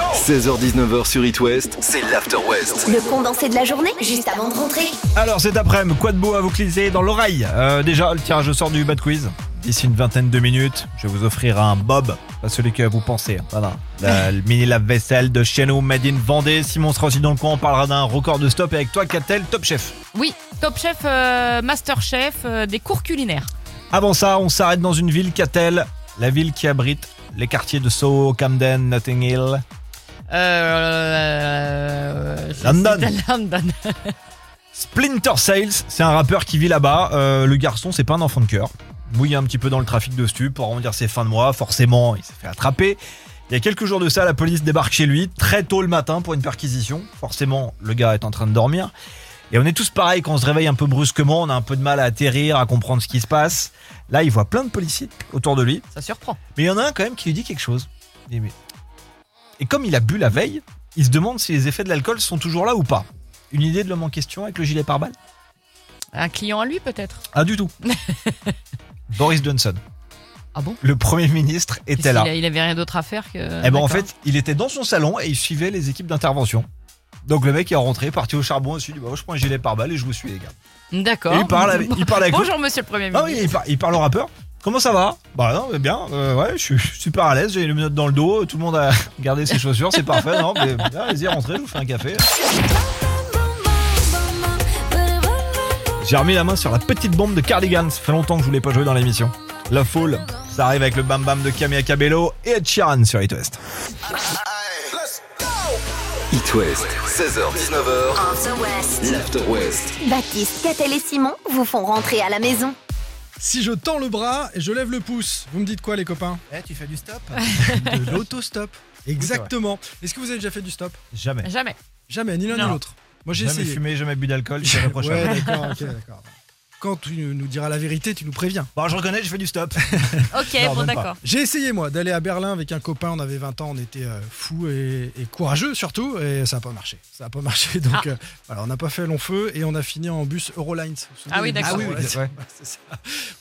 16h-19h sur It West, c'est l'After West. Le condensé de la journée, juste avant de rentrer. Alors cet après-midi, quoi de beau à vous glisser dans l'oreille Euh, Déjà, tiens, je sors du bad quiz. D'ici une vingtaine de minutes, je vais vous offrir un bob. Pas celui que vous pensez. hein. Voilà. La- le mini lave-vaisselle de chez nous, Made in Vendée. Simon sera aussi dans le coin. On parlera d'un record de stop. Et avec toi, Catel, top chef. Oui, top chef, euh, master chef, euh, des cours culinaires. Avant ça, on s'arrête dans une ville, Catel. La ville qui abrite les quartiers de Soho, Camden, Notting Hill. Euh, je- London. c'est à London. Splinter Sales, c'est un rappeur qui vit là-bas. Euh, le garçon, c'est pas un enfant de cœur. Mouillé un petit peu dans le trafic de stup pour arrondir ses fins de mois. Forcément, il s'est fait attraper. Il y a quelques jours de ça, la police débarque chez lui très tôt le matin pour une perquisition. Forcément, le gars est en train de dormir. Et on est tous pareils quand on se réveille un peu brusquement, on a un peu de mal à atterrir, à comprendre ce qui se passe. Là, il voit plein de policiers autour de lui. Ça surprend. Mais il y en a un quand même qui lui dit quelque chose. Il dit, mais- Et comme il a bu la veille, il se demande si les effets de l'alcool sont toujours là ou pas. Une idée de l'homme en question avec le gilet pare-balles Un client à lui peut-être. Ah du tout. Boris Johnson, Ah bon le Premier ministre, était là. Il, a- il avait rien d'autre à faire que. Eh ben en D'accord. fait, il était dans son salon et il suivait les équipes d'intervention. Donc le mec est rentré, parti au charbon, il s'est dit bah, moi, je prends un gilet pare-balles et je vous suis les gars. D'accord. Et il parle, avec- il parle avec Bonjour Monsieur le Premier Ah oui, ministre. il, par- il parle au rappeur. Comment ça va Bah non, mais bien. euh, ouais, je suis je suis super à l'aise. J'ai une menottes dans le dos. Tout le monde a gardé ses chaussures. C'est parfait. Non, mais bien, allez-y, rentrez. Je vous fais un café. J'ai remis la main sur la petite bombe de Cardigans. Ça fait longtemps que je voulais pas jouer dans l'émission. La foule, ça arrive avec le bam bam de Camille Cabello et Ed Sheeran sur It West. It West, 16h-19h, After West. l'After West. Baptiste, Catel et Simon vous font rentrer à la maison. Si je tends le bras et je lève le pouce, vous me dites quoi les copains Eh, tu fais du stop De l'autostop. Exactement. Est-ce que vous avez déjà fait du stop Jamais. Jamais. Jamais, ni l'un ni Non. l'autre. Moi j'ai Jamais essayé. fumé, jamais bu d'alcool. Je suis irréprochable. Ouais, d'accord, ok, d'accord. Quand tu nous diras la vérité, tu nous préviens. Bon, Bah, je reconnais, j'ai fait du stop. Ok, Non, bon même pas. d'accord. J'ai essayé moi d'aller à Berlin avec un copain, on avait 20 ans, on était euh, fous et, et courageux surtout, et ça n'a pas marché. Ça n'a pas marché, donc Ah. euh, voilà, on n'a pas fait long feu et on a fini en bus Eurolines. Vous vous souvenez Ah oui, des bus d'accord. Ah oui, Eurolines ouais. C'est ça.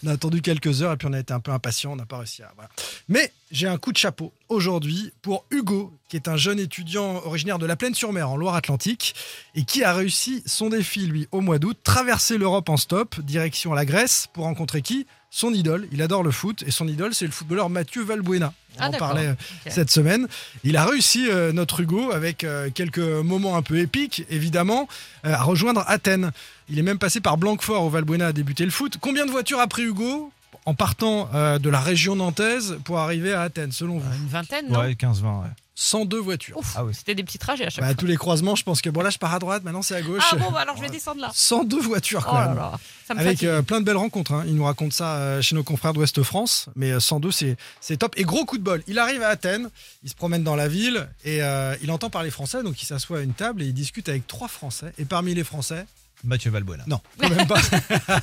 On a attendu quelques heures et puis on a été un peu impatients, on n'a pas réussi à... Voilà. Mais j'ai un coup de chapeau aujourd'hui pour Hugo, qui est un jeune étudiant originaire de la Plaine-sur-Mer en Loire-Atlantique et qui a réussi son défi, lui, au mois d'août, traverser l'Europe en stop, direction la Grèce, pour rencontrer qui Son idole, il adore le foot, et son idole, c'est le footballeur Mathieu Valbuena. On Ah, en d'accord. parlait euh, cette semaine. Il a réussi, euh, notre Hugo, avec euh, quelques moments un peu épiques, évidemment, euh, à rejoindre Athènes. Il est même passé par Blanquefort où Valbuena a débuté le foot. Combien de voitures a pris Hugo en partant euh, de la région nantaise pour arriver à Athènes, selon vous Une vingtaine, non Ouais, 15-20. Ouais. 102 voitures. Ouf. Ah oui. C'était des petits trajets à chaque Bah, à tous les croisements, je pense que bon là je pars à droite, maintenant c'est à fois. gauche. Ah bon, bah, alors je vais descendre là. 102 voitures Oh quand là même. là. Ça me Avec fatigue. euh, plein de belles rencontres. hein. Il nous raconte ça euh, chez nos confrères d'Ouest France. Mais euh, 102, c'est c'est top. Et gros coup de bol. Il arrive à Athènes, il se promène dans la ville et euh, il entend parler français. Donc il s'assoit à une table et il discute avec trois Français. Et parmi les Français, Mathieu Valbuena. non, quand même pas.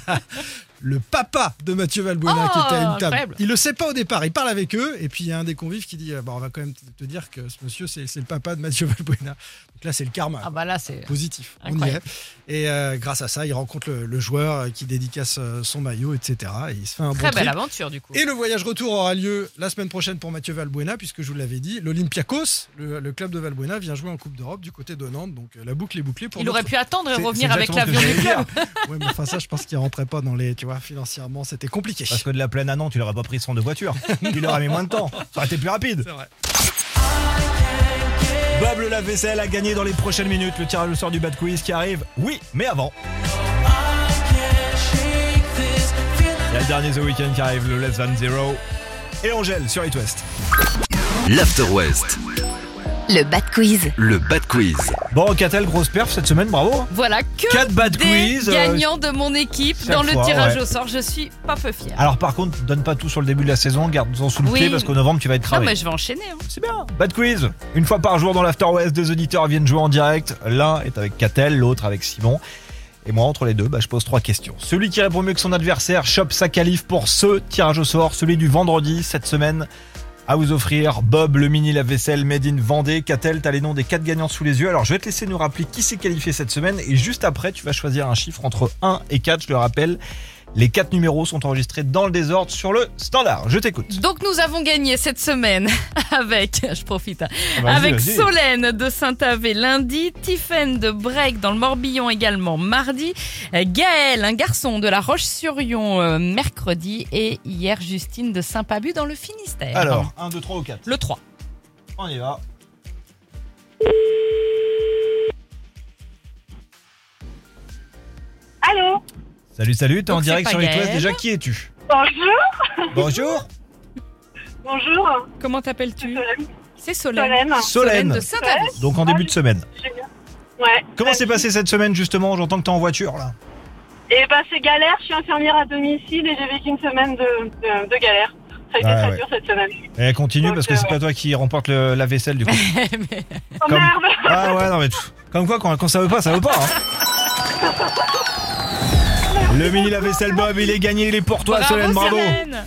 le papa de Mathieu Valbuena Oh, qui était à une table. incroyable. Il le sait pas au départ. Il parle avec eux. Et puis il y a un des convives qui dit euh, Bon, On va quand même te dire que ce monsieur, c'est c'est le papa de Mathieu Valbuena. Donc là, c'est le karma. euh, Ah bah là c'est. positif. Incroyable. On y est. Et euh, grâce à ça, il rencontre le, le joueur euh, qui dédicace euh, son maillot, etc. Et il se fait un Très bon belle trip. aventure du coup. Et le voyage retour aura lieu la semaine prochaine pour Mathieu Valbuena, puisque je vous l'avais dit, l'Olympiakos, le, le club de Valbuena, vient jouer en Coupe d'Europe du côté de Nantes. Donc euh, la boucle est bouclée pour Il notre- aurait pu attendre et C'est- revenir c'est avec l'avion exactement ce que du j'allais club. Ouais, mais enfin, ça, je pense qu'il rentrait pas dans les. Tu vois, financièrement, c'était compliqué. Parce que de la plaine à Nantes, il aurait pas pris son de voiture. Il aurait mis moins de temps. Ça aurait été plus rapide. C'est vrai. Bob le lave-vaisselle a gagné dans les prochaines minutes le tirage au sort du bad quiz qui arrive. Oui, mais avant. Il y a le dernier The Weeknd qui arrive, le Less Than Zero. Et Angèle sur It West. L'After West, Le bad quiz. le Bad Quiz. Bon, Catel, grosse perf cette semaine, bravo. hein. Voilà que 4 bad des quiz. euh, gagnants de mon équipe chaque dans le fois, tirage ouais. Ah, au sort. Je suis pas peu fière. Alors par contre, donne pas tout sur le début de la saison, garde-en sous le Oui. pied parce qu'en novembre tu vas être non travaillé. mais je vais enchaîner. hein. C'est bien. Bad quiz. Une fois par jour dans l'After West, deux auditeurs viennent jouer en direct. L'un est avec Catel, l'autre avec Simon. Et moi, entre les deux, bah, je pose trois questions. Celui qui répond mieux que son adversaire chope sa qualif pour ce tirage au sort, celui du vendredi cette semaine. À vous offrir Bob, le mini lave-vaisselle Made in Vendée. Catel, t'as les noms des quatre gagnants sous les yeux. Alors, je vais te laisser nous rappeler qui s'est qualifié cette semaine. Et juste après, tu vas choisir un chiffre entre 1 et 4, je le rappelle. Les quatre numéros sont enregistrés dans le désordre sur le standard. Je t'écoute. Donc nous avons gagné cette semaine avec, je profite, hein, Ah, vas-y, avec vas-y. Solène de Saint-Avé lundi, Tiffaine de Brec dans le Morbihan également mardi, euh, Gaël, un garçon de la Roche-sur-Yon euh, mercredi et hier Justine de Saint-Pabu dans le Finistère. Alors, 1, 2, 3 ou 4 Le 3. On y va. Allô Salut, salut, t'es en Donc, c'est direct pas sur les Gaël. Déjà, qui es-tu Bonjour Bonjour Bonjour Comment t'appelles-tu Solène. C'est Solène. Solène. Solène. de Saint-Avé. Donc en début de semaine. Génial. Ouais. Comment s'est passée cette semaine justement J'entends que t'es en voiture là. Eh ben c'est galère, je suis infirmière à domicile et j'ai vécu une semaine de, de- de galère. Ça a été Ouais, très ouais. dur cette semaine. Et Eh, continue Ok, parce que c'est ouais. pas toi qui remporte le- la vaisselle du coup. Mais- Oh Comme- merde Ah ouais, non mais pff, comme quoi quand, quand ça veut pas, ça veut pas. hein. Le mini la vaisselle Bob, il est gagné, il est pour toi Solène, bravo. Solène.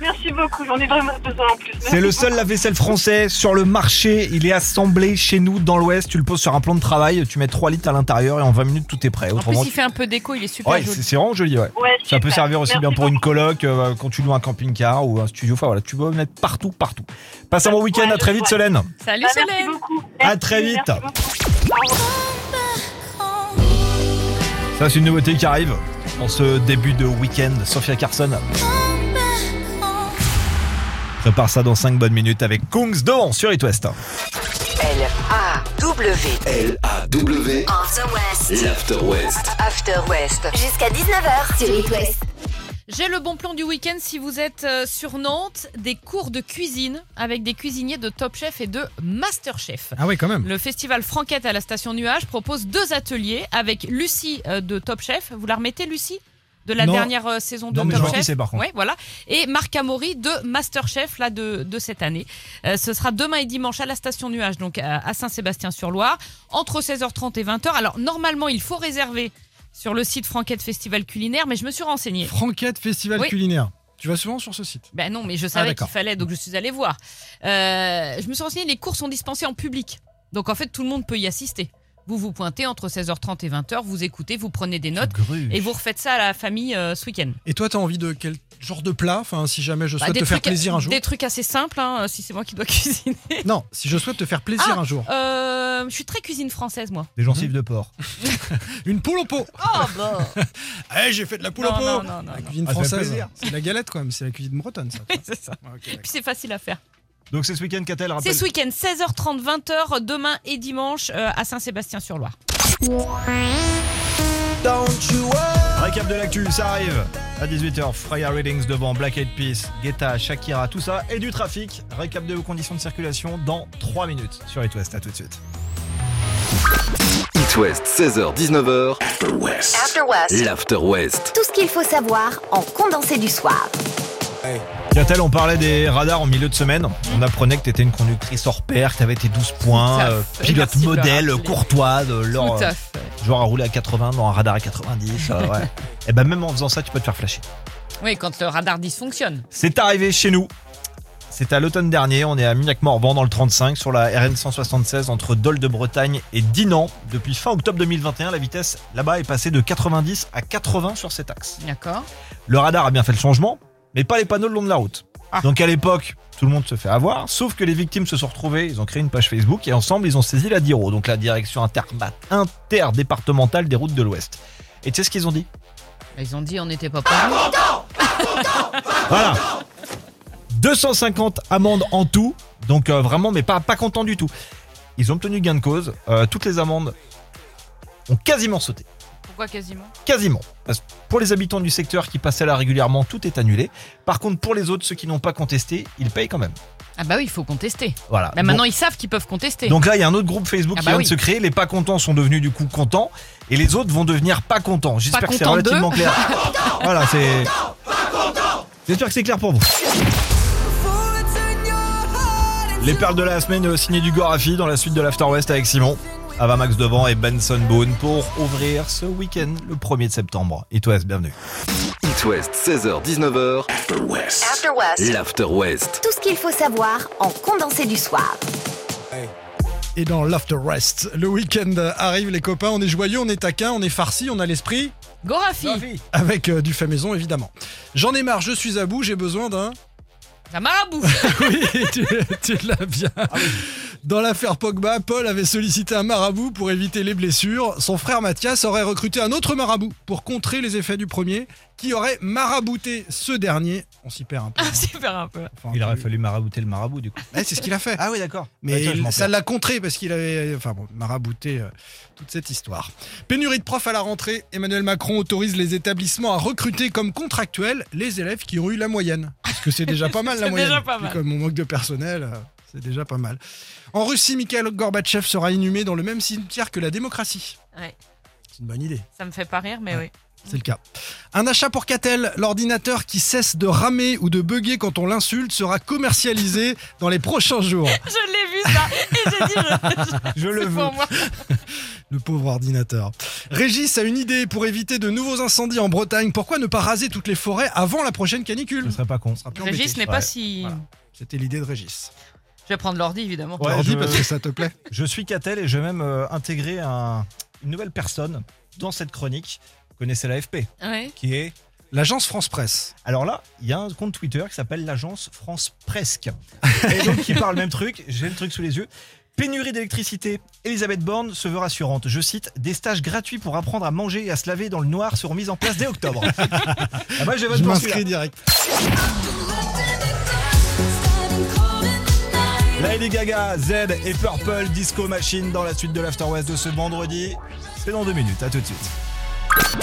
Merci beaucoup, j'en ai vraiment besoin en plus. C'est le seul lave-vaisselle français sur le marché. Il est assemblé chez nous dans l'Ouest. Tu le poses sur un plan de travail, tu mets 3 litres à l'intérieur et en 20 minutes tout est prêt. En plus, Autrement, il fait un peu déco, il est super ouais, joli. c'est c'est vraiment joli. Ouais. Ouais, Ça peut super. servir aussi Merci bien pour beaucoup. une coloc, euh, quand tu loues un camping-car ou un studio. Enfin voilà, tu peux mettre partout, partout. Passe un bon week-end, Ouais, à très vite, ouais. Solène. Salut Ah, Merci Solène. beaucoup. À Merci, très vite. merci beaucoup. Au revoir. Ça, c'est une nouveauté qui arrive en ce début de week-end. Sophia Carson. Prépare ça dans 5 bonnes minutes avec Kungs devant sur It West. L-A-W. L-A-W, On the West. l'After West. After West. Jusqu'à 19h sur It West. J'ai le bon plan du week-end si vous êtes euh, sur Nantes, des cours de cuisine avec des cuisiniers de Top Chef et de Master Chef. Ah oui, quand même. Le festival Franquette à la station Nuage propose deux ateliers avec Lucie euh, de Top Chef. Vous la remettez, Lucie de la Non. dernière euh, saison de Non, mais je Top vois qui Chef. c'est, par contre. Ouais, voilà. Et Marc Amaury de Masterchef là de, de cette année. Euh, ce sera demain et dimanche à la station Nuage donc à, à Saint-Sébastien-sur-Loire entre 16h30 et 20h. Alors normalement, il faut réserver sur le site Franquette Festival Culinaire, mais je me suis renseignée. Franquette Festival Oui. Culinaire. Tu vas souvent sur ce site Ben non, mais je savais qu'il Ah, d'accord. fallait, donc je suis allée voir. Euh, je me suis renseignée, les cours sont dispensés en public. Donc en fait, tout le monde peut y assister. Vous vous pointez entre 16h30 et 20h, vous écoutez, vous prenez des notes et vous refaites ça à la famille euh, ce week-end. Et toi, t'as envie de quel genre de plat Enfin, si jamais je Bah, souhaite te faire trucs- plaisir un jour. Des trucs assez simples, hein, si c'est moi qui dois cuisiner. Non, si je souhaite te faire plaisir Ah. un jour. Euh, je suis très cuisine française, moi. Des gencives de porc. Une poule au pot. Oh, bah Eh, j'ai fait de la poule Non, au pot. non, non, non, la non. cuisine Ah, ça fait française. plaisir. C'est la galette quand même. C'est la cuisine bretonne, ça. Oui, c'est ça. Ah, ok, Puis d'accord. c'est facile à faire. Donc c'est ce week-end qu'elle Ah, C'est rappelle. ben. ce week-end, 16h30, 20h, demain et dimanche euh, à Saint-Sébastien-sur-Loire. Récap de l'actu, ça arrive à 18h. Freya Readings devant Black Eyed Peas, Guetta, Shakira, tout ça et du trafic. Récap de vos conditions de circulation dans 3 minutes sur It West. À tout de suite. It West, 16h-19h. After West. After West. L'After West. Tout ce qu'il faut savoir en condensé du soir. Yatel, on parlait des radars en milieu de semaine. On apprenait que t'étais une conductrice hors pair, que t'avais tes 12 points, Tout à euh, fait. pilote Merci de le modèle, rappeler. courtoise, euh, Tout leur, euh, à fait. genre à rouler à 80 dans un radar à 90. euh, ouais. Et ben même en faisant ça, tu peux te faire flasher. Oui, quand le radar dysfonctionne. C'est arrivé chez nous. C'est à l'automne dernier, on est à Mignac-Morvan dans le 35 sur la RN 176 entre Dole de Bretagne et Dinan. Depuis fin octobre 2021, la vitesse là-bas est passée de 90 à 80 sur cet axe. D'accord. Le radar a bien fait le changement, mais pas les panneaux le long de la route. Ah. Donc à l'époque, tout le monde se fait avoir, sauf que les victimes se sont retrouvées, ils ont créé une page Facebook et ensemble ils ont saisi la DIRO, donc la direction interba- interdépartementale des routes de l'Ouest. Et tu sais ce qu'ils ont dit Bah, Ils ont dit on n'était pas prêts. Voilà. 250 amendes en tout. Donc euh, vraiment, mais pas, pas content du tout. Ils ont obtenu gain de cause. Euh, toutes les amendes ont quasiment sauté. Pourquoi quasiment Quasiment. Parce que pour les habitants du secteur qui passaient là régulièrement, tout est annulé. Par contre, pour les autres, ceux qui n'ont pas contesté, ils payent quand même. Ah bah oui, il faut contester. Voilà. Bah maintenant, ils savent qu'ils peuvent contester. Donc- donc là, il y a un autre groupe Facebook Ah qui bah vient oui. de se créer. Les pas contents sont devenus du coup contents et les autres vont devenir pas contents. J'espère Pas que c'est contents relativement clair. voilà, c'est. J'espère que c'est clair pour vous. Les perles de la semaine euh, signées du Gorafi dans la suite de l'After West avec Simon, Ava Max Devant et Benson Boone pour ouvrir ce week-end le 1er de septembre. Et toi, bienvenue. It West, 16h-19h. After West. After West. L'After West. Tout ce qu'il faut savoir en condensé du soir. Et dans l'After Rest, le week-end arrive, les copains. On est joyeux, on est taquin, on est farci, on a l'esprit Gorafi. Avec euh, du fait maison, évidemment. J'en ai marre, je suis à bout, j'ai besoin d'un. La marabout. Oui, tu, tu l'as bien. Ah Dans l'affaire Pogba, Paul avait sollicité un marabout pour éviter les blessures. Son frère Mathias aurait recruté un autre marabout pour contrer les effets du premier, qui aurait marabouté ce dernier. On s'y perd un peu. hein. Ah, super un peu. Enfin, Il aurait tu- fallu Ah, marabouter le marabout du coup. Bah, Eh, c'est ce qu'il a fait. oui, d'accord. Mais il- ça l'a contré parce qu'il avait enfin bon, marabouté euh, toute cette histoire. Pénurie de profs à la rentrée, Emmanuel Macron autorise les établissements à recruter comme contractuels les élèves qui ont eu la moyenne. Parce que c'est déjà pas mal la C'est moyenne. déjà pas Puis mal. Comme on manque de personnel, euh, c'est déjà pas mal. En Russie, Mikhail Gorbatchev sera inhumé dans le même cimetière que la démocratie. Ouais. C'est une bonne idée. Ça me fait pas rire, mais oui. C'est le cas. Un achat pour Catel, l'ordinateur qui cesse de ramer ou de bugger quand on l'insulte sera commercialisé dans les prochains jours. Je l'ai vu ça et j'ai dit je, Je le c'est veux. pour moi. Le pauvre ordinateur. Régis a une idée pour éviter de nouveaux incendies en Bretagne. Pourquoi ne pas raser toutes les forêts avant la prochaine Ce canicule serait pas con. On sera plus Régis embêté. n'est Ouais. pas si. Voilà. C'était l'idée de Régis. Je vais prendre l'ordi évidemment. Ouais, T'as dit je- parce que ça te plaît. Je suis Catel et je vais même euh, intégrer un- une nouvelle personne dans cette chronique. Vous connaissez l'AFP, Ouais. qui est. L'agence France Presse. Alors là, il y a un compte Twitter qui s'appelle l'agence France Presque. Et donc, qui parle le même truc. J'ai le truc sous les yeux. Pénurie d'électricité. Elisabeth Borne se veut rassurante. Je cite Des stages gratuits pour apprendre à manger et à se laver dans le noir seront mis en place dès octobre. ah bah, je vote Je pour celui-là. m'inscris direct. Lady Gaga, Z et Purple Disco Machine dans la suite de l'After West de ce vendredi. C'est dans deux minutes, à tout de suite.